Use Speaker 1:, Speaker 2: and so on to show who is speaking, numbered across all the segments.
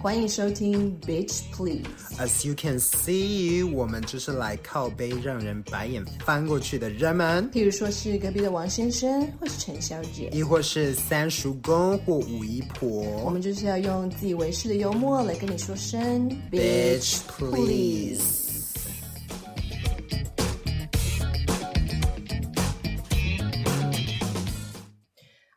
Speaker 1: 欢迎收听 Bitch Please。
Speaker 2: As you can see，我们就是来靠背让人白眼翻过去的人们，
Speaker 1: 譬如说是隔壁的王先生或是陈小姐，
Speaker 2: 亦或是三叔公或五姨
Speaker 1: 我
Speaker 2: 婆。
Speaker 1: 们就是要用自以为是的幽默来跟你说声
Speaker 2: Bitch
Speaker 1: Bitch Please。
Speaker 2: please。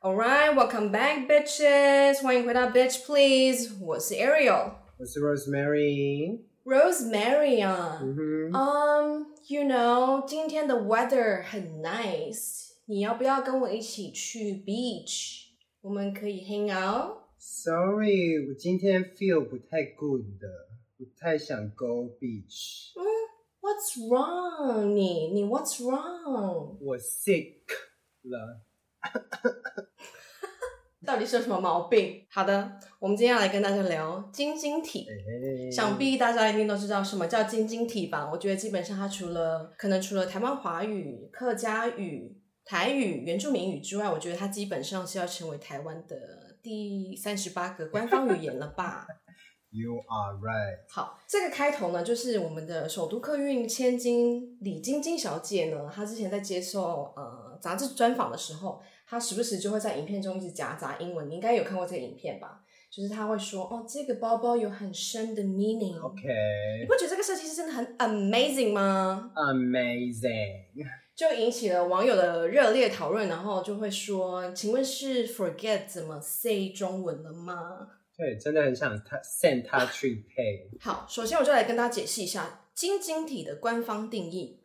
Speaker 3: Alright, welcome back, bitches！欢迎回到 Bitch Please，我是 Ariel
Speaker 2: 我是 Rosemary。
Speaker 3: Rosemary 啊。
Speaker 2: 嗯哼，
Speaker 3: Um, you know，今天的 weather 很 nice，你要不要跟我一起去 beach？我们可以 hang out。
Speaker 2: Sorry，我今天 feel 不太 good 的，不太想 go beach。
Speaker 3: 嗯，What's wrong？你你 What's wrong？
Speaker 2: 我 sick 了。
Speaker 3: 到底是有什么毛病？好的，我们今天要来跟大家聊晶晶体。
Speaker 2: 哎
Speaker 3: 想必大家一定都知道什么叫晶晶体吧？我觉得基本上它除了可能除了台湾华语、客家语、台语、原住民语之外，我觉得它基本上是要成为台湾的第三十八个官方语言了吧？
Speaker 2: You are right。
Speaker 3: 好，这个开头呢，就是我们的首都客运千金李晶晶小姐呢，她之前在接受呃杂志专访的时候，她时不时就会在影片中一直夹杂英文，你应该有看过这个影片吧？就是她会说哦，这个包包有很深的 meaning。你
Speaker 2: OK，amazing、
Speaker 3: 不觉得这个设计师真的很 amazing 吗？就引起了网友的热烈讨论，然后就会说：“请问是 forget 怎么 say 中文了吗
Speaker 2: 对，真的很想他 send 他去配。？”
Speaker 3: 好，首先我就来跟大家解释一下晶晶体的官方定义，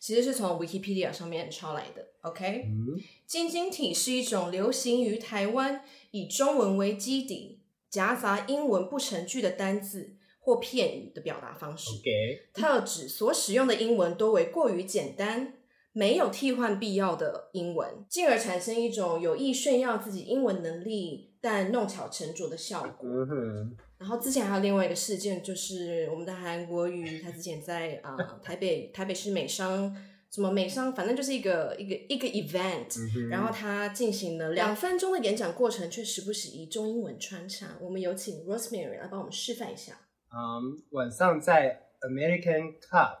Speaker 3: 其实是从 Wikipedia 上面抄来的。OK，
Speaker 2: 嗯。
Speaker 3: 晶晶体是一种流行于台湾以中文为基底，夹杂英文不成句的单字或片语的表达方式。
Speaker 2: OK，
Speaker 3: 特指所使用的英文多为过于简单、没有替换必要的英文，进而产生一种有意炫耀自己英文能力但弄巧成拙的效果。
Speaker 2: 嗯哼，
Speaker 3: 然后之前还有另外一个事件，就是我们的韩国瑜，他之前在啊、呃台北台北市美商什么美商，反正就是一个一个一个 event，、
Speaker 2: 嗯哼
Speaker 3: 然后他进行了两分钟的演讲过程，却时不时以中英文穿插。我们有请 Rosemary 来帮我们示范一下。
Speaker 2: 嗯，晚上在 American Club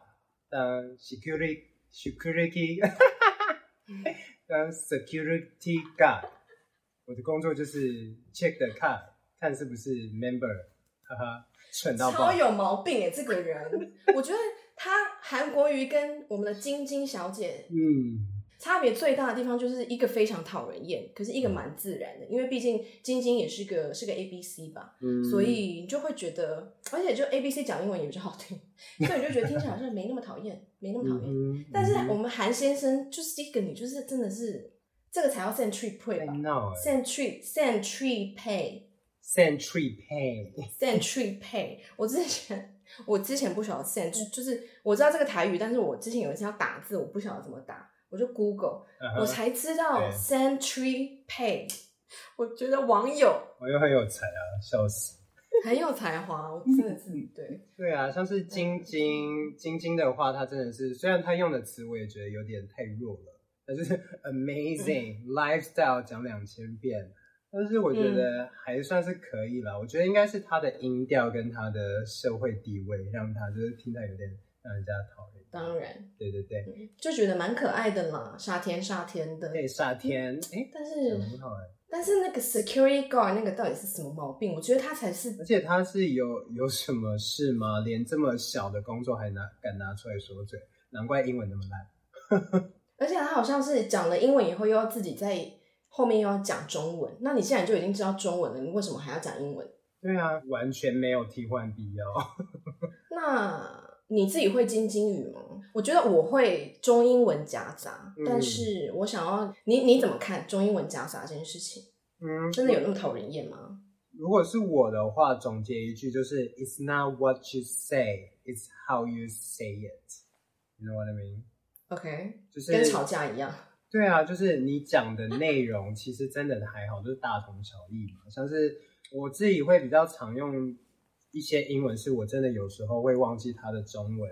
Speaker 2: 嗯当 security security 当嗯 security guard，我的工作就是 check the card，看是不是 member，哈哈，蠢到爆
Speaker 3: 超，有毛病哎、这个人，我觉得他韩国瑜跟我们的晶晶小姐
Speaker 2: 嗯，
Speaker 3: 差别最大的地方，就是一个非常讨人厌，可是一个蛮自然的，因为毕竟晶晶也是个是个 A B C 吧，
Speaker 2: 嗯
Speaker 3: 所以你就会觉得，而且就 A B C 讲英文也比较好听，所以你就觉得听起来好像没那么讨厌，没那么讨厌。
Speaker 2: 嗯哼
Speaker 3: 但是我们韩先生就是一个，你就是真的是这个才要 century pay
Speaker 2: 在
Speaker 3: 吧
Speaker 2: 闹哎
Speaker 3: ，century century pay。
Speaker 2: ，Century Pain，
Speaker 3: Century Pay，我之前我之前不晓得 Cent，就是
Speaker 2: 嗯
Speaker 3: 我知道这个台语，但是我之前有一次要打字，我不晓得怎么打，我就 Google，、我
Speaker 2: 嗯哼
Speaker 3: 才知道
Speaker 2: 对
Speaker 3: Century Pay。我觉得网友
Speaker 2: 我又很有才啊，笑死。
Speaker 3: 很有才华，我真的是对
Speaker 2: 对啊，像是晶晶，晶晶的话，它真的是，虽然它用的词我也觉得有点太弱了，但是 amazing lifestyle 讲两千遍，但是我觉
Speaker 3: 嗯
Speaker 2: 得还算是可以啦。我觉得应该是它的音调跟它的社会地位，让它就是听起来有点让人家讨厌。
Speaker 3: 当，然嗯
Speaker 2: 对对对，
Speaker 3: 就觉得蛮可爱的啦，傻甜傻甜的。
Speaker 2: 对夏天，哎、
Speaker 3: 但
Speaker 2: 讲
Speaker 3: 是
Speaker 2: 得很好哎，
Speaker 3: 但是那个 security guard 那个到底是什么毛病？我觉得他才是
Speaker 2: 而且他是有有什么事吗？连这么小的工作还拿敢拿出来说嘴，难怪英文那么烂。
Speaker 3: 而且他好像是讲了英文以后，又要自己在后面又要讲中文。那你现在就已经知道中文了，你为什么还要讲英文？
Speaker 2: 对啊，完全没有替换必要。
Speaker 3: 那你自己会金金语吗？我觉得我会中英文夹杂，
Speaker 2: 嗯
Speaker 3: 但是我想要你你怎么看中英文夹杂这件事情？
Speaker 2: 嗯，
Speaker 3: 真的有那么讨人厌吗？
Speaker 2: 如果是我的话，总结一句就是：It's not what you say, it's how you say it. You know what I mean?
Speaker 3: OK，
Speaker 2: 就是
Speaker 3: 跟吵架一样。
Speaker 2: 对啊，就是你讲的内容，其实真的还好，就是大同小异嘛。像是我自己会比较常用一些英文，是我真的有时候会忘记它的中文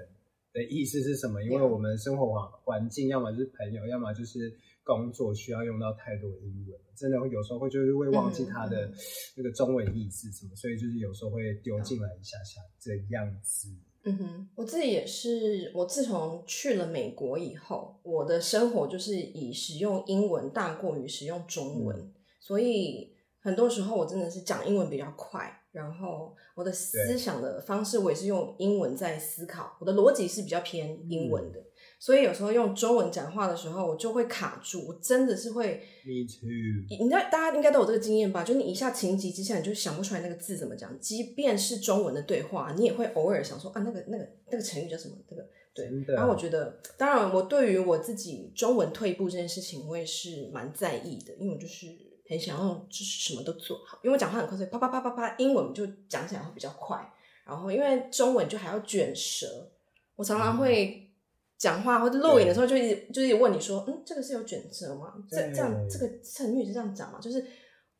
Speaker 2: 的意思是什么，因为
Speaker 3: Yeah.
Speaker 2: 我们生活环环境，要么就是朋友，要么就是工作需要用到太多英文，真的会有时候会就是会忘记它的
Speaker 3: 嗯嗯
Speaker 2: 那个中文意思什么，所以就是有时候会丢进来一下下这样子。
Speaker 3: 嗯哼，我自己也是，我自从去了美国以后，我的生活就是以使用英文大过于使用中文，所以很多时候我真的是讲英文比较快，然后我的思想的方式我也是用英文在思考，我的逻辑是比较偏英文的，所以有时候用中文讲话的时候，我就会卡住，我真的是会
Speaker 2: Me too。
Speaker 3: 你知道大家应该都有这个经验吧？就你一下情急之下，你就想不出来那个字怎么讲。即便是中文的对话，你也会偶尔想说啊，那个那个那个成语叫什么？这个对
Speaker 2: 真。的
Speaker 3: 然后我觉得，当然，我对于我自己中文退步这件事情，我也是蛮在意的，因为我就是很想要就是什么都做好，因为我讲话很快，所以啪啪啪啪啪，英文就讲起来会比较快。然后因为中文就还要卷舌，我常
Speaker 2: 嗯
Speaker 3: 常会讲话或者录影的时候就一直就一直问你说，嗯，这个是有卷舌吗？这
Speaker 2: 对
Speaker 3: 这样这个成语是这样讲吗？就是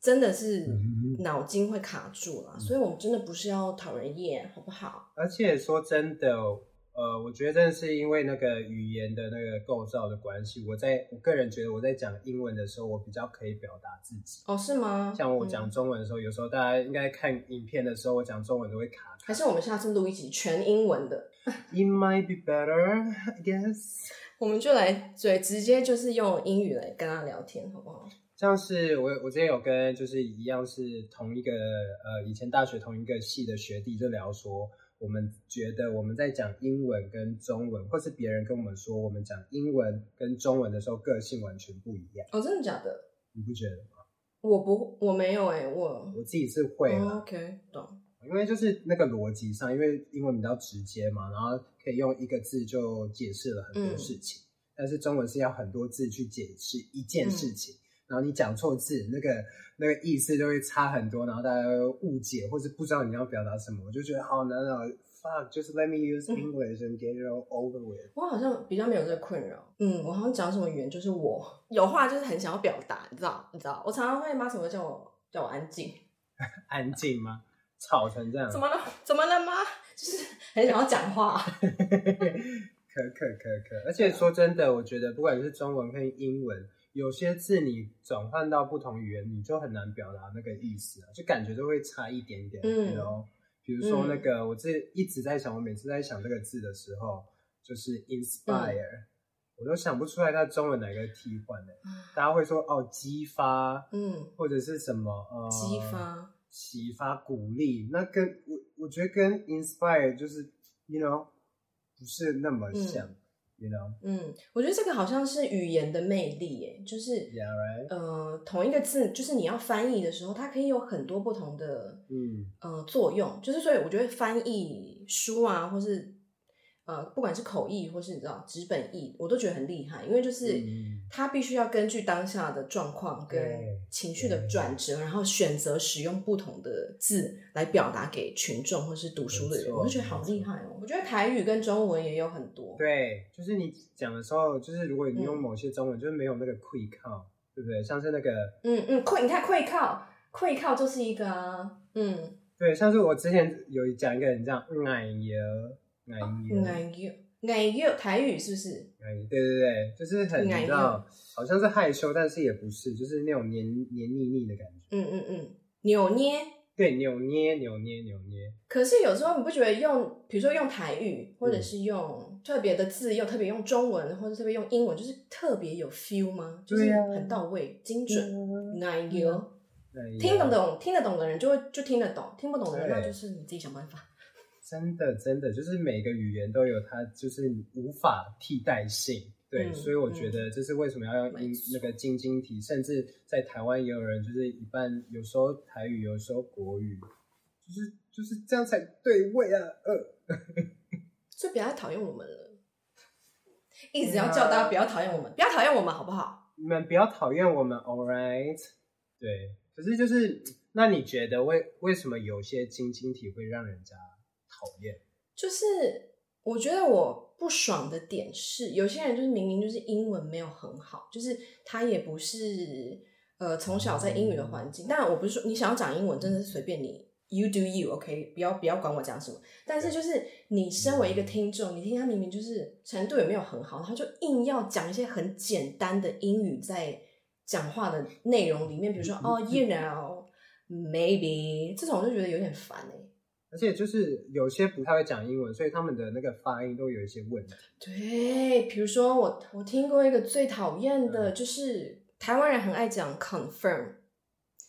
Speaker 3: 真的是
Speaker 2: 嗯
Speaker 3: 脑筋会卡住啦，所以我们真的不是要讨人厌，好不好？
Speaker 2: 而且说真的，呃，我觉得真的是因为那个语言的那个构造的关系，我在我个人觉得我在讲英文的时候，我比较可以表达自己。
Speaker 3: 哦，是吗？
Speaker 2: 像我
Speaker 3: 嗯
Speaker 2: 讲中文的时候，有时候大家应该看影片的时候，我讲中文都会卡卡
Speaker 3: 还。是我们下次录一集全英文的，
Speaker 2: It might be better, I guess.
Speaker 3: 我们就来对直接就是用英语来跟他聊天，好不好？
Speaker 2: 像是我我之前有跟就是一样是同一个呃以前大学同一个系的学弟就聊说，我们觉得我们在讲英文跟中文，或是别人跟我们说我们讲英文跟中文的时候，个性完全不一样，
Speaker 3: 哦，真的假的？
Speaker 2: 你不觉得吗？
Speaker 3: 我不，我没有哎、我
Speaker 2: 我自己是会啦，
Speaker 3: 哦 OK 懂，
Speaker 2: 因为就是那个逻辑上，因为英文比较直接嘛，然后可以用一个字就解释了很
Speaker 3: 嗯
Speaker 2: 多事情，但是中文是要很多字去解释一
Speaker 3: 嗯
Speaker 2: 件事情，然后你讲错字，那个那个意思就会差很多，然后大家会误解或是不知道你要表达什么，我就觉得好难啊，fuck，just let me use
Speaker 3: 嗯
Speaker 2: English and get it all over with。
Speaker 3: 我好像比较没有这个困扰。嗯，我好像讲什么语言就是我有话就是很想要表达，你知道，你知道，我常常会妈什么叫我叫我安静，
Speaker 2: 安静吗？吵成这样，
Speaker 3: 怎么了？怎么了吗？就是很想要讲话。
Speaker 2: 可可可可，而且
Speaker 3: 啊
Speaker 2: 说真的，我觉得不管是中文跟英文，有些字你转换到不同语言，你就很难表达那个意思啊，就感觉都会差一点点。
Speaker 3: 嗯
Speaker 2: 然后比如说那个，我这一直在想，我每次在想这个字的时候，就是 inspire，、我
Speaker 3: 嗯
Speaker 2: 都想不出来它中文哪个替换呢、欸
Speaker 3: 啊
Speaker 2: 大家会说哦，激发，
Speaker 3: 嗯，
Speaker 2: 或者是什么呃，
Speaker 3: 激发，
Speaker 2: 启发、鼓励，那跟我我觉得跟 inspire 就是 you know 不是那么像、y o u know
Speaker 3: 嗯，我觉得这个好像是语言的魅力耶，就是。
Speaker 2: yeah right
Speaker 3: 呃，同一个字，就是你要翻译的时候，它可以有很多不同的
Speaker 2: 嗯
Speaker 3: 呃作用，就是所以我觉得翻译书啊，或是呃不管是口译或是你知道纸本译，我都觉得很厉害，因为就是
Speaker 2: 嗯
Speaker 3: 它必须要根据当下的状况跟
Speaker 2: 对
Speaker 3: 情绪的转折，然后选择使用不同的字来表达给群众或是读书的
Speaker 2: 没
Speaker 3: 人，
Speaker 2: 错
Speaker 3: 我就觉得好厉害哦。我觉得台语跟中文也有很多，
Speaker 2: 对，就是你讲的时候，就是如果你
Speaker 3: 嗯
Speaker 2: 用某些中文，就是没有那个 quick count，对不对？像是那个
Speaker 3: 嗯嗯，溃你看溃靠溃靠就是一个啊，嗯，
Speaker 2: 对，像是我之前有讲一个人这样嗯哎呀哎呀
Speaker 3: 哎呦哎呦，台语是不是？
Speaker 2: 哎，对对对，就是很
Speaker 3: 哎呀
Speaker 2: 你知道，好像是害羞，但是也不是，就是那种黏黏腻腻的感觉。
Speaker 3: 嗯嗯嗯，扭捏。
Speaker 2: 对，扭捏扭捏扭捏，
Speaker 3: 可是有时候你不觉得用，比如说用台语，或者是用特别的字，又特别用中文，或者特别用英文，就是特别有 feel 吗？就是
Speaker 2: 对啊
Speaker 3: 很到位、精准。奶油，
Speaker 2: 哎呀
Speaker 3: 听得懂、听得懂的人就会就听得懂，听不懂的人
Speaker 2: 对
Speaker 3: 那就是你自己想办法。
Speaker 2: 真的，真的，就是每个语言都有它就是无法替代性。对，
Speaker 3: 嗯
Speaker 2: 所以我觉得这是为什么要用
Speaker 3: 没
Speaker 2: 英
Speaker 3: 错
Speaker 2: 那个晶晶体，甚至在台湾也有人就是一半，有时候台语，有时候国语，就是就是这样才对味啊。呃，
Speaker 3: 所以不要讨厌我们了，一直要叫大家不要讨厌我们，不要讨厌我们好不好？
Speaker 2: 你们不要讨厌我们，all right？对，可是就是那你觉得为为什么有些晶晶体会让人家讨厌？
Speaker 3: 就是我觉得我不爽的点是，有些人就是明明就是英文没有很好，就是他也不是呃从小在英语的环境。当然，我不是说你想要讲英文，真的是随便你， You do you，OK，、不要不要管我讲什么。但是就是你身为一个听众，你听他明明就是程度也没有很好，他就硬要讲一些很简单的英语在讲话的内容里面，比如说哦，you know，maybe 这种，我就觉得有点烦哎、
Speaker 2: 而且就是有些不太会讲英文，所以他们的那个发音都有一些问题。
Speaker 3: 对，比如说我我听过一个最讨厌的，就是台湾人很爱讲 confirm，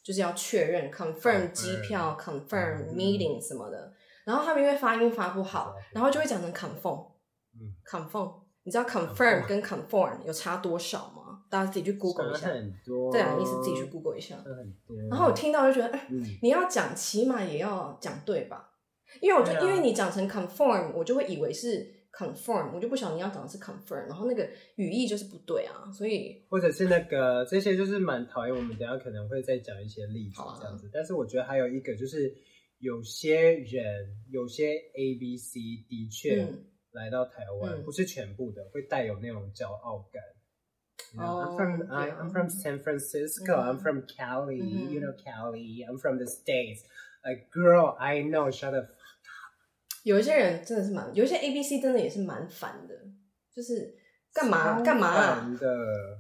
Speaker 3: 就是要确认 confirm
Speaker 2: Confirm
Speaker 3: 机票、confirm
Speaker 2: 嗯
Speaker 3: meeting 什么的，然后他们因为发音发不好，然后就会讲成 confirm，
Speaker 2: 嗯
Speaker 3: confirm，你知道 confirm 跟 conform 有差多少吗？大家自己去 Google 一下
Speaker 2: 差，很多，
Speaker 3: 这两个意思自己去 Google 一下。
Speaker 2: 差很多。
Speaker 3: 然后我听到就觉得，哎、
Speaker 2: 嗯，
Speaker 3: 你要讲，起码也要讲对吧？因为我就、
Speaker 2: 对啊
Speaker 3: 因为你讲成 conform，我就会以为是 conform，我就不晓得你要讲的是 confirm，然后那个语义就是不对啊，所以
Speaker 2: 或者是那个这些就是蛮讨厌，我们等一下可能会再讲一些例子
Speaker 3: 好啊
Speaker 2: 这样子。但是我觉得还有一个就是有些人有些 A B C 的确
Speaker 3: 嗯
Speaker 2: 来到台湾，
Speaker 3: 嗯
Speaker 2: 不是全部的，会带有那种骄傲感。You know, I'm
Speaker 3: 哦
Speaker 2: from I,
Speaker 3: yeah.
Speaker 2: I'm from San Francisco. I'm
Speaker 3: 嗯
Speaker 2: from Cali. You
Speaker 3: 嗯
Speaker 2: know Cali. I'm from the states. Like girl, I know. Shut up.
Speaker 3: 有一些人真的是蛮，有一些 A B C 真的也是蛮烦的，就是干嘛
Speaker 2: 超
Speaker 3: 干嘛啊、
Speaker 2: 烦的？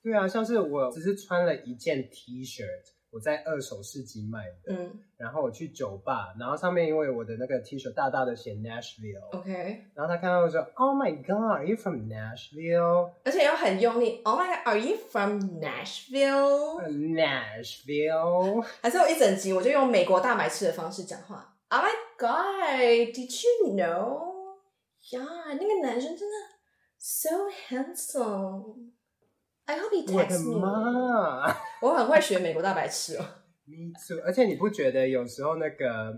Speaker 2: 对啊，像是我只是穿了一件 T 恤，我在二手市集买的，
Speaker 3: 嗯
Speaker 2: 然后我去酒吧，然后上面因为我的那个 T 恤大大的写 Nashville，、
Speaker 3: 哦，OK，
Speaker 2: 然后他看到我说，Oh my God，Are you from Nashville？
Speaker 3: 而且要很用力。Oh my god，Are you from Nashville？
Speaker 2: Nashville，
Speaker 3: 还是我一整集我就用美国大白痴的方式讲话。Oh my god，Did you know？呀、那个男生真的 so handsome。I hope he
Speaker 2: 我的
Speaker 3: texts me。
Speaker 2: 妈
Speaker 3: 我很会学美国大白痴哦。
Speaker 2: ，Me too。而且你不觉得有时候那个，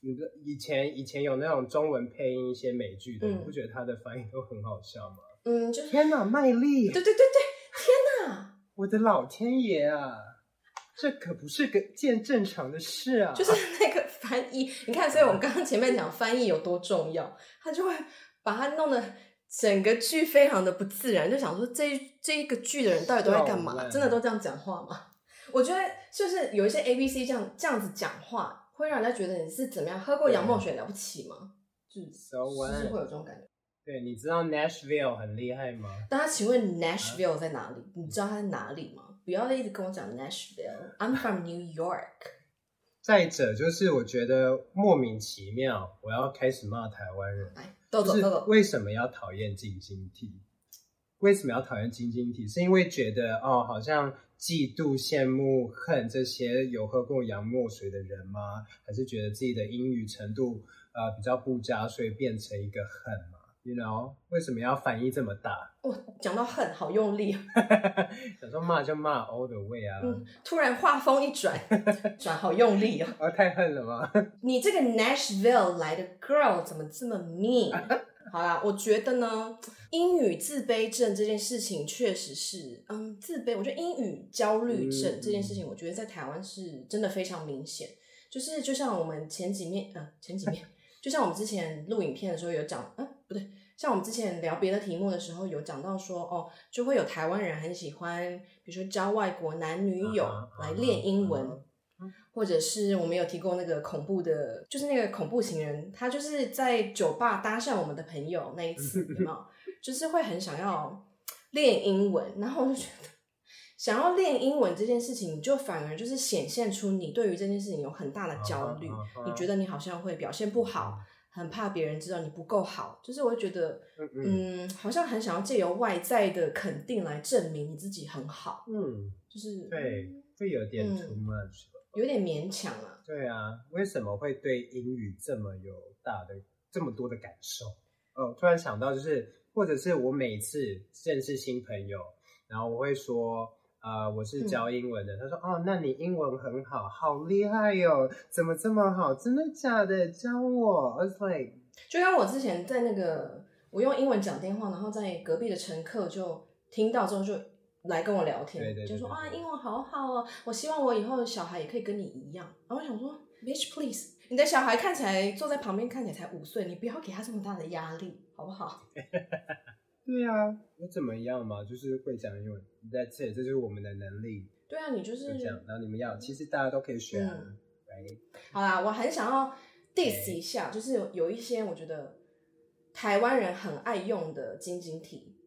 Speaker 2: 你不以前以前有那种中文配音一些美剧的，
Speaker 3: 嗯
Speaker 2: 你不觉得他的翻译都很好笑吗？
Speaker 3: 嗯，就是
Speaker 2: 天哪，麦莉
Speaker 3: 对，对对对，天哪！
Speaker 2: 我的老天爷啊！这可不是个件正常的事啊！
Speaker 3: 就是那个翻译，你看，所以我们刚刚前面讲翻译有多重要，他就会把它弄得整个剧非常的不自然，就想说这一这一个剧的人到底都在干
Speaker 2: 笑
Speaker 3: 嘛？
Speaker 2: 烂
Speaker 3: 真的都这样讲话吗？ 我觉得就是有一些 A B C 这样这样子讲话，会让人家觉得你是怎么样喝过洋墨水了不起吗？就是
Speaker 2: So
Speaker 3: 是会有
Speaker 2: what？
Speaker 3: 这种感觉。
Speaker 2: 对，你知道 Nashville 很厉害吗？
Speaker 3: 大家请问 Nashville 在哪里？你知道它在哪里吗？不要一直跟我讲 Nashville，I'm from New York。
Speaker 2: 再者就是，我觉得莫名其妙，我要开始骂台湾人，
Speaker 3: 来，豆
Speaker 2: 就
Speaker 3: 豆
Speaker 2: 是
Speaker 3: 豆豆，
Speaker 2: 为什么要讨厌晶晶体？为什么要讨厌晶晶体？是因为觉得哦，好像嫉妒、羡慕、恨这些有喝过洋墨水的人吗？还是觉得自己的英语程度呃比较不佳，所以变成一个恨嘛？You know，为什么要反应这么大？
Speaker 3: 哇，讲到恨，好用力哦。
Speaker 2: 想说骂就骂 all the way 啊，
Speaker 3: 嗯，突然话锋一转，转好用力哦！
Speaker 2: 啊太恨了吗？
Speaker 3: 你这个 Nashville 来的 girl 怎么这么 mean？好啦，我觉得呢，英语自卑症这件事情确实是，嗯，自卑。我觉得英语焦虑症
Speaker 2: 嗯
Speaker 3: 这件事情，我觉得在台湾是真的非常明显。就是就像我们前几面，呃，前几面，就像我们之前录影片的时候有讲，嗯、不对，像我们之前聊别的题目的时候有讲到说，哦，就会有台湾人很喜欢，比如说交外国男女友
Speaker 2: 啊哈
Speaker 3: 来练英文。
Speaker 2: 啊哈
Speaker 3: 或者是我们有提过那个恐怖的，就是那个恐怖情人，他就是在酒吧搭讪我们的朋友那一
Speaker 2: 嗯
Speaker 3: 次，有没有？就是会很想要练英文，然后我就觉得，想要练英文这件事情，你就反而就是显现出你对于这件事情有很大的焦虑，你觉得
Speaker 2: 得
Speaker 3: 你好像会表现不好，很怕别人知道你不够好，就是我会觉得，
Speaker 2: 嗯嗯
Speaker 3: 嗯，好像很想要借由外在的肯定来证明你自己很好，
Speaker 2: 嗯，
Speaker 3: 就是
Speaker 2: 对，会有点
Speaker 3: 嗯
Speaker 2: too much 了。
Speaker 3: 有点勉强啊。
Speaker 2: 对啊，为什么会对英语这么有大的这么多的感受？哦，突然想到就是，或者是我每次认识新朋友，然后我会说，呃，我
Speaker 3: 嗯
Speaker 2: 是教英文的。他说，哦，那你英文很好，好厉害哟、怎么这么好？真的假的？教我？I was like，
Speaker 3: 就跟我之前在那个，我用英文讲电话，然后在隔壁的乘客就听到之后就来跟我聊天，
Speaker 2: 对对对
Speaker 3: 就说
Speaker 2: 对
Speaker 3: 啊，
Speaker 2: 对
Speaker 3: 英文好好哦，我希望我以后的小孩也可以跟你一样。然后我想说，bitch please，你的小孩看起来坐在旁边看起来才五岁，你不要给他这么大的压力，好不好？
Speaker 2: 对啊，我怎么样嘛？就是会讲英文，That's it，这就是我们的能力，
Speaker 3: 对啊，你就
Speaker 2: 就是这样。然后你们要，其实大家都可以学啊、
Speaker 3: 嗯
Speaker 2: r i
Speaker 3: 好啦，我很想要 diss 一下，就是有有一些我觉得台湾人很爱用的晶晶体，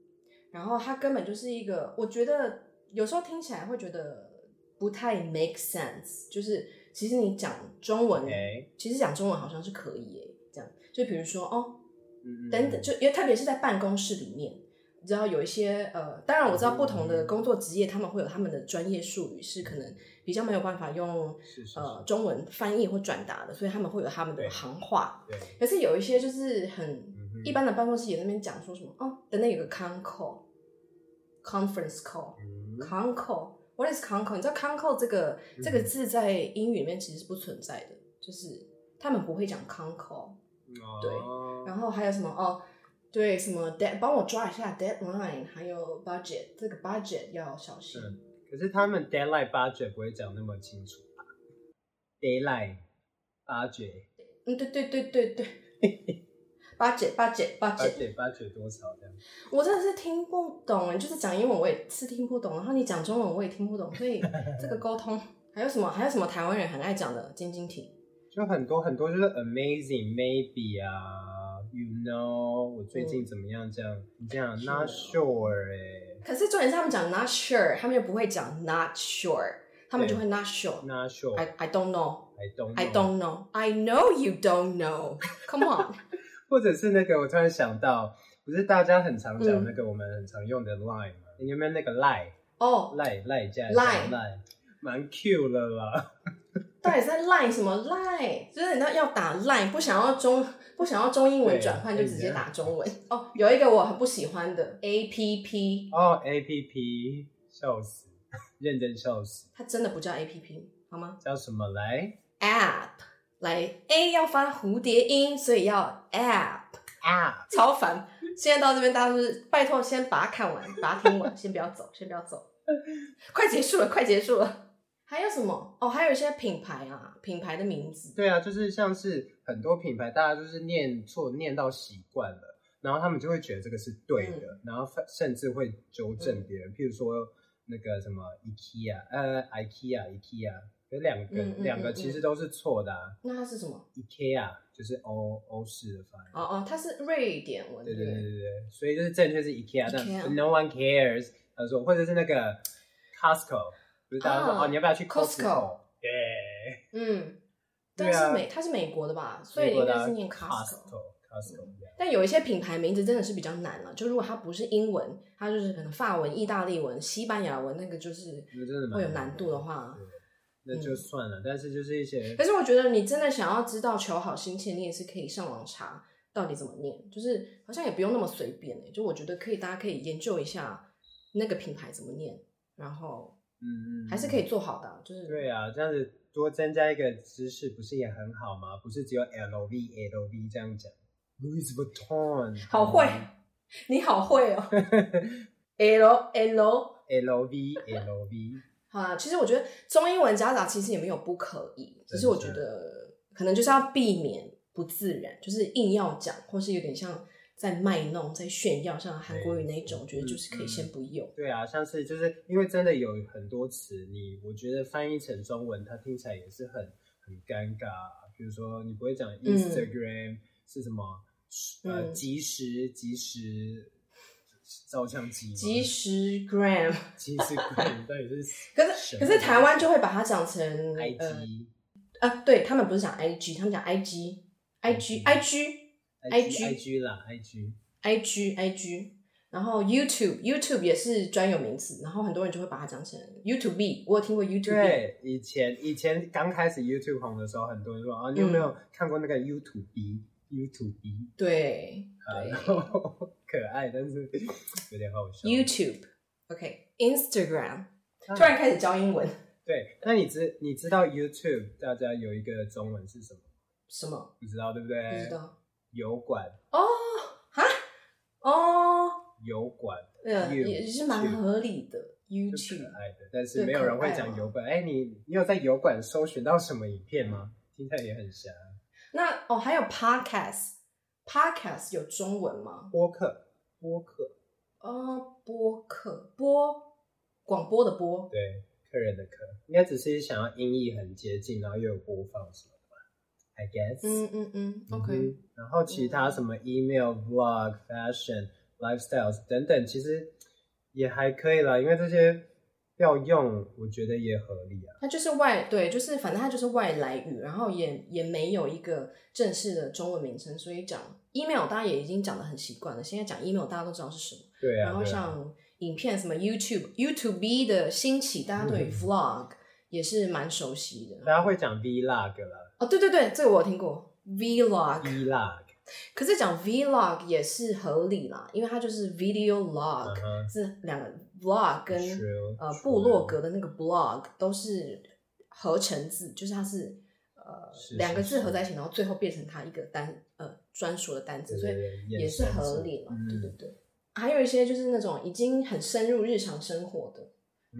Speaker 3: 然后它根本就是一个，我觉得有时候听起来会觉得不太 make sense，就是其实你讲中文
Speaker 2: OK
Speaker 3: 其实讲中文好像是可以诶、这样就比如说哦，
Speaker 2: 嗯嗯
Speaker 3: 等等，就因为特别是在办公室里面，你知道有一些呃，当然我知道不同
Speaker 2: 嗯
Speaker 3: 的工作职业他们会有他们的专业术语，是可能比较没有办法用
Speaker 2: 是是
Speaker 3: 呃
Speaker 2: 是，
Speaker 3: 中文翻译或转达的，所以他们会有他们的
Speaker 2: 对
Speaker 3: 行话。
Speaker 2: 对，
Speaker 3: 可是有一些就是很
Speaker 2: 嗯哼
Speaker 3: 一般的办公室也在那边讲说什么哦，等等有个 con call、conference call、
Speaker 2: 嗯
Speaker 3: con call。What is con call？你知道 con call 这个这个字在英语里面其实是不存在的，就是他们不会讲 con call。
Speaker 2: 哦
Speaker 3: 然后还有什么哦？对，什么 dead，帮我抓一下 deadline，还有 budget，这个 budget 要小心。
Speaker 2: 嗯可是他们 deadline budget 不会讲那么清楚吧？deadline budget
Speaker 3: 嗯，对对对对对，budget budget budget，
Speaker 2: budget budget 多少这样？
Speaker 3: 我真的是听不懂，欸就是讲英文我也是听不懂，然后你讲中文我也听不懂，所以这个沟通还有什么还有什么台湾人很爱讲的晶晶体，
Speaker 2: 就很多很多就是 amazing maybe 啊，you know 我最近怎么样这样？你这样
Speaker 3: 是
Speaker 2: not sure 哎、
Speaker 3: 可是重点是他们讲 not sure，他们又不会讲 not sure，他们就会 not
Speaker 2: n o t sure
Speaker 3: sure，I I don't know，I
Speaker 2: I don't know
Speaker 3: don't know，I know you don't know，come on。
Speaker 2: 或者是那个，我突然想到，不是大家很常
Speaker 3: 嗯
Speaker 2: 讲那个我们很常用的 line 吗？你有没有那个 line
Speaker 3: 哦、
Speaker 2: line line 加
Speaker 3: Line
Speaker 2: line 蛮 Q 了啦，
Speaker 3: 到底在赖什么赖？就是你知道要打赖，不想要中不想要中英文转换，就
Speaker 2: 对
Speaker 3: 直接打中
Speaker 2: 哎
Speaker 3: 文。哦，有一个我很不喜欢的 A P P，
Speaker 2: 哦 A P P 笑死， 认真笑死，
Speaker 3: 它真的不叫 A P P 好吗
Speaker 2: 叫什么来
Speaker 3: ？App 来 A 要发蝴蝶音，所以要 App，
Speaker 2: 啊？
Speaker 3: 超烦。现在到这边，大家就是拜托先把它看完，把它听完，先不要走， 先不要走，快结束了，快结束了。还有什么？哦，还有一些品牌啊，品牌的名字。
Speaker 2: 对啊，就是像是很多品牌，大家就是念错念到习惯了，然后他们就会觉得这个是对的，
Speaker 3: 嗯
Speaker 2: 然后反甚至会纠正别人，譬如说那个什么 IKEA，呃 IKEA IKEA 有两个、
Speaker 3: 嗯嗯
Speaker 2: 两个
Speaker 3: 嗯
Speaker 2: 其实
Speaker 3: 嗯
Speaker 2: 都是错的啊。
Speaker 3: 那它是什么？
Speaker 2: IKEA 就是欧欧式的发音。
Speaker 3: 哦哦，它是瑞典文，
Speaker 2: 对
Speaker 3: 不
Speaker 2: 对对对对，所以就是正确是 IKEA，但
Speaker 3: IKEA
Speaker 2: but no one cares。他说，或者是那个 Costco，不是大家说、
Speaker 3: 啊
Speaker 2: 哦，你要不要去
Speaker 3: Costco
Speaker 2: Costco？对，
Speaker 3: 嗯，
Speaker 2: 对
Speaker 3: 但
Speaker 2: 啊
Speaker 3: 是美、它是美国的吧，所以
Speaker 2: 美国
Speaker 3: 应
Speaker 2: 的
Speaker 3: 该
Speaker 2: 啊
Speaker 3: 是念 Costco。嗯
Speaker 2: Costco，Costco 这样。
Speaker 3: 但有一些品牌名字真的是比较难了、就如果它不是英文，它就是可能法文、意大利文、西班牙文，那个就是
Speaker 2: 那真的蛮
Speaker 3: 会有难度的话。嗯
Speaker 2: 对那就算了，但是就是一些
Speaker 3: 可是我觉得你真的想要知道求好心切，你也是可以上网查到底怎么念，就是好像也不用那么随便、欸、就我觉得可以，大家可以研究一下那个品牌怎么念，然后
Speaker 2: 嗯嗯，
Speaker 3: 还是可以做好的啊、就是
Speaker 2: 对啊，这样子多增加一个知识，不是也很好吗？不是只有 LV LV 这样讲，Louis Vuitton
Speaker 3: 好会
Speaker 2: 嗯，
Speaker 3: 你好会哦、L L。
Speaker 2: LV LV
Speaker 3: 好啦，其实我觉得中英文夹杂其实也没有不可以，只是我觉得可能就是要避免不自然，就是硬要讲，或是有点像在卖弄、在炫耀，像韩国语那一种，我觉得就是可以先不用。
Speaker 2: 对啊，像是就是因为真的有很多词，你我觉得翻译成中文，它听起来也是很很尴尬。啊比如说，你不会讲 Instagram、是什么，呃，
Speaker 3: 嗯
Speaker 2: 即时即时照相机吗，
Speaker 3: 即时 gram，
Speaker 2: 即时 gram 到底是
Speaker 3: 可
Speaker 2: 什
Speaker 3: 是
Speaker 2: 么
Speaker 3: 可是台湾就会把它讲成
Speaker 2: IG、
Speaker 3: 呃啊，对他们不是讲 IG，他们讲 IG，IG IG
Speaker 2: IG
Speaker 3: IG
Speaker 2: IG 啦 IG，
Speaker 3: IG IG，然后 YouTube YouTube 也是专有名词，然后很多人就会把它讲成 YouTube。我有听过 YouTube，
Speaker 2: 对，以前以前刚开始 YouTube 红的时候，很多人说啊，你有没
Speaker 3: 嗯
Speaker 2: 有看过那个 YouTube YouTube
Speaker 3: 对
Speaker 2: 啊，
Speaker 3: 对
Speaker 2: 然后 可爱，但是有点好笑。
Speaker 3: ，YouTube，OK，Instagram，、
Speaker 2: 啊
Speaker 3: 突然开始教英文，
Speaker 2: 对，那你知你知道 YouTube 大家有一个中文是什么？
Speaker 3: 什么
Speaker 2: 不知道对不
Speaker 3: 不
Speaker 2: 对？
Speaker 3: 知。道
Speaker 2: 油管，
Speaker 3: 哦哈哦，
Speaker 2: 油管
Speaker 3: 呃，
Speaker 2: YouTube
Speaker 3: 也是蛮合理的
Speaker 2: 是可
Speaker 3: ，YouTube。
Speaker 2: 爱的，但是
Speaker 3: 对
Speaker 2: 没有人会
Speaker 3: 可爱
Speaker 2: 讲
Speaker 3: 嘛
Speaker 2: 油管。哎，你你有在油管搜寻到什么影片吗？听起来也很瞎。
Speaker 3: 那哦，还有 Podcast，Podcast 有中文吗？
Speaker 2: 播客，播客，
Speaker 3: 哦，播客播广播的播，
Speaker 2: 对，客人的客，应该只是想要音译很接近，然后又有播放什么吧，I guess。
Speaker 3: 嗯嗯嗯
Speaker 2: 嗯
Speaker 3: ，OK，
Speaker 2: 哼然后其他什么 email、blog、fashion、lifestyles 等等，其实也还可以啦，因为这些要用，我觉得也合理啊。
Speaker 3: 它就是外对，就是反正它就是外来语，然后也也没有一个正式的中文名称，所以讲 email 大家也已经讲的很习惯了，现在讲 email 大家都知道是什么。
Speaker 2: 对啊，
Speaker 3: 然后
Speaker 2: 对啊
Speaker 3: 像影片什么 YouTube、YouTube 的兴起，大家对于
Speaker 2: 嗯
Speaker 3: vlog 也是蛮熟悉的。
Speaker 2: 大家会讲 vlog 啦
Speaker 3: 哦，对对对，这个我有听过 vlog，
Speaker 2: ，vlog，
Speaker 3: 可是讲 vlog 也是合理啦，因为它就是 video log，、
Speaker 2: 嗯哼
Speaker 3: 是两个 vlog 跟
Speaker 2: True，
Speaker 3: 呃
Speaker 2: true
Speaker 3: 部落格的那个 blog 都是合成字，就是它是呃
Speaker 2: 是
Speaker 3: 两个
Speaker 2: 是
Speaker 3: 字
Speaker 2: 是
Speaker 3: 合在一起，然后最后变成它一个单呃专属的单词，
Speaker 2: 对
Speaker 3: 所以
Speaker 2: 对对
Speaker 3: 也
Speaker 2: 衍
Speaker 3: 是
Speaker 2: 生
Speaker 3: 合
Speaker 2: 字
Speaker 3: 理了。
Speaker 2: 嗯
Speaker 3: 对对对，还有一些就是那种已经很深入日常生活的，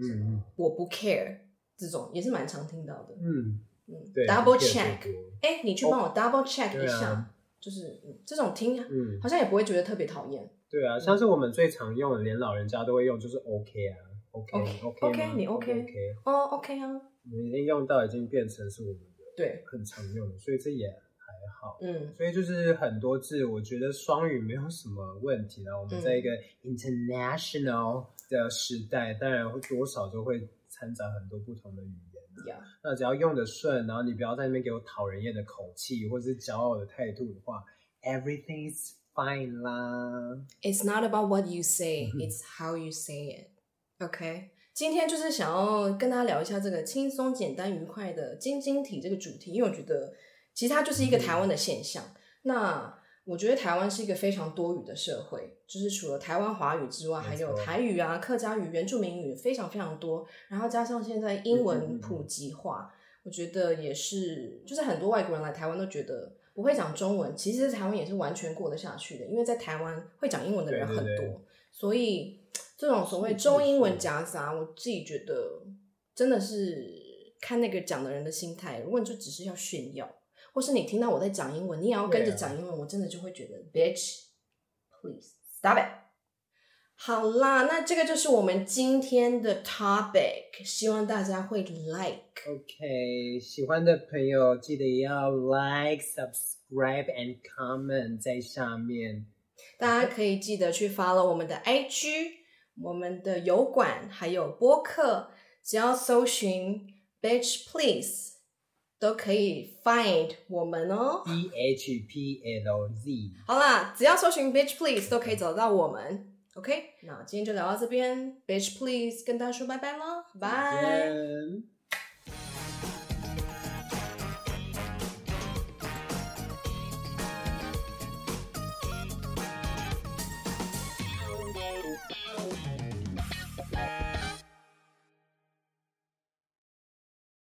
Speaker 3: 什
Speaker 2: 嗯
Speaker 3: 么我不 care 这种也是蛮常听到的。
Speaker 2: 嗯，
Speaker 3: 嗯
Speaker 2: 对
Speaker 3: ，double
Speaker 2: 这个
Speaker 3: check，
Speaker 2: 最多
Speaker 3: 哎、你去帮我 double check
Speaker 2: 对
Speaker 3: 一
Speaker 2: 啊
Speaker 3: 下，就是、嗯这种听
Speaker 2: 嗯，
Speaker 3: 好像也不会觉得特别讨厌。
Speaker 2: 对啊，像是我们最常用的，连老人家都会用，就是 OK 啊，OK
Speaker 3: OK，
Speaker 2: OK
Speaker 3: OK，
Speaker 2: 吗
Speaker 3: 你 OK
Speaker 2: OK，
Speaker 3: 哦，OK 啊，
Speaker 2: 我们已经用到已经变成是我们的
Speaker 3: 对，
Speaker 2: 很常用的，所以这也还好。
Speaker 3: 嗯
Speaker 2: 所以就是很多字，我觉得双语没有什么问题啦。我们在一个 international 的时代，当然会多少都会掺杂很多不同的语言。
Speaker 3: 呀
Speaker 2: 那只要用的顺，然后你不要在那边给我讨人厌的口气或者是骄傲的态度的话，everything's fine 啦。
Speaker 3: It's not about what you
Speaker 2: 嗯
Speaker 3: say, it's how you say it. OK，今天就是想要跟大家聊一下这个轻松、简单、愉快的晶晶体这个主题，因为我觉得其实它就是一
Speaker 2: 嗯
Speaker 3: 个台湾的现象。那我觉得台湾是一个非常多语的社会，就是除了台湾华语之外，
Speaker 2: 没
Speaker 3: 还有
Speaker 2: 错
Speaker 3: 台语啊、客家语、原住民语，非常非常多。然后加上现在英
Speaker 2: 嗯嗯
Speaker 3: 文
Speaker 2: 嗯
Speaker 3: 普及化，我觉得也是，就是很多外国人来台湾都觉得不会讲中文，其实台湾也是完全过得下去的，因为在台湾会讲英文的人很多，
Speaker 2: 对对对
Speaker 3: 所以这种所谓中英文夹杂，我自己觉得真的是看那个讲的人的心态。如果你就只是要炫耀，或是你听到我在讲英文，你也要跟着
Speaker 2: 对啊
Speaker 3: 讲英文，我真的就会觉得 bitch please stop it。好啦，那这个就是我们今天的 topic，希望大家会 like。
Speaker 2: OK，喜欢的朋友记得要 like、subscribe and comment 在下面。
Speaker 3: 大家可以记得去 follow 我们的 IG、我们的油管还有播客，只要搜寻 Bitch Please 都可以 find 我们哦。
Speaker 2: B H P L Z，
Speaker 3: 好啦，只要搜寻 Bitch Please 都可以找到我们。OK，那今天就聊到这边，Bitch Please 跟大家说拜拜喽，拜。
Speaker 2: 嗯